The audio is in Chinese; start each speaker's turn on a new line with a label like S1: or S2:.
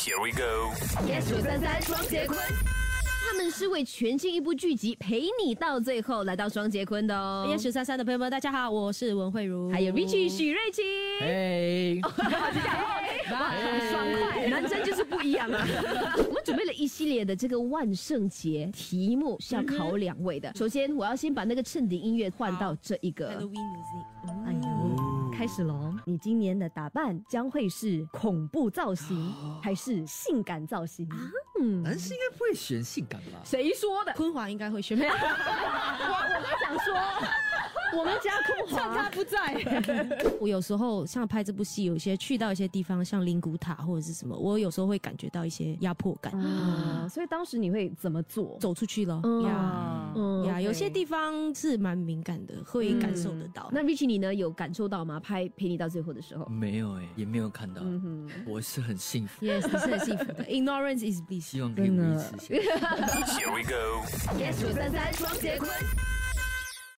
S1: Here we go。
S2: yes 五三三双杰坤。他们是为全新一部剧集陪你到最后来到双杰坤的哦。
S3: 夜十三三的朋友们，大家好，我是文慧茹，
S2: 还有 Rich 许瑞琪，
S4: 哎，
S2: 爽快，男生就是不一样啊。我们准备了一系列的这个万圣节题目是要考两位的。首先，我要先把那个衬底音乐换到这一个，
S3: Halloween music，
S5: 哎
S3: 嗯
S5: 呦，
S2: 开始喽。
S5: 你今年的打扮将会是恐怖造型还是性感造型？
S2: 嗯，
S4: 男生应该不会选性感吧？
S2: 谁说的？
S3: 昆华应该 会选。
S5: 我们家空华，
S3: 不在。我有时候像拍这部戏，有些去到一些地方，像灵骨塔或者是什么，我有时候会感觉到一些压迫感。
S5: 啊，所以当时你会怎么做？
S3: 走出去了
S2: 嗯
S3: 呀
S5: 嗯
S3: 呀，
S5: OK
S3: 有些地方是蛮敏感的，会感受得到。
S2: 嗯那 Rich 你呢？有感受到吗？拍陪你到最后的时候，
S4: 没有哎，也没有看到，我是很幸福，
S3: Yes，你是很幸福 的。Ignorance is bliss。
S4: 希望可以维持下去。
S1: Here we go。
S2: yes 五三三双杰坤。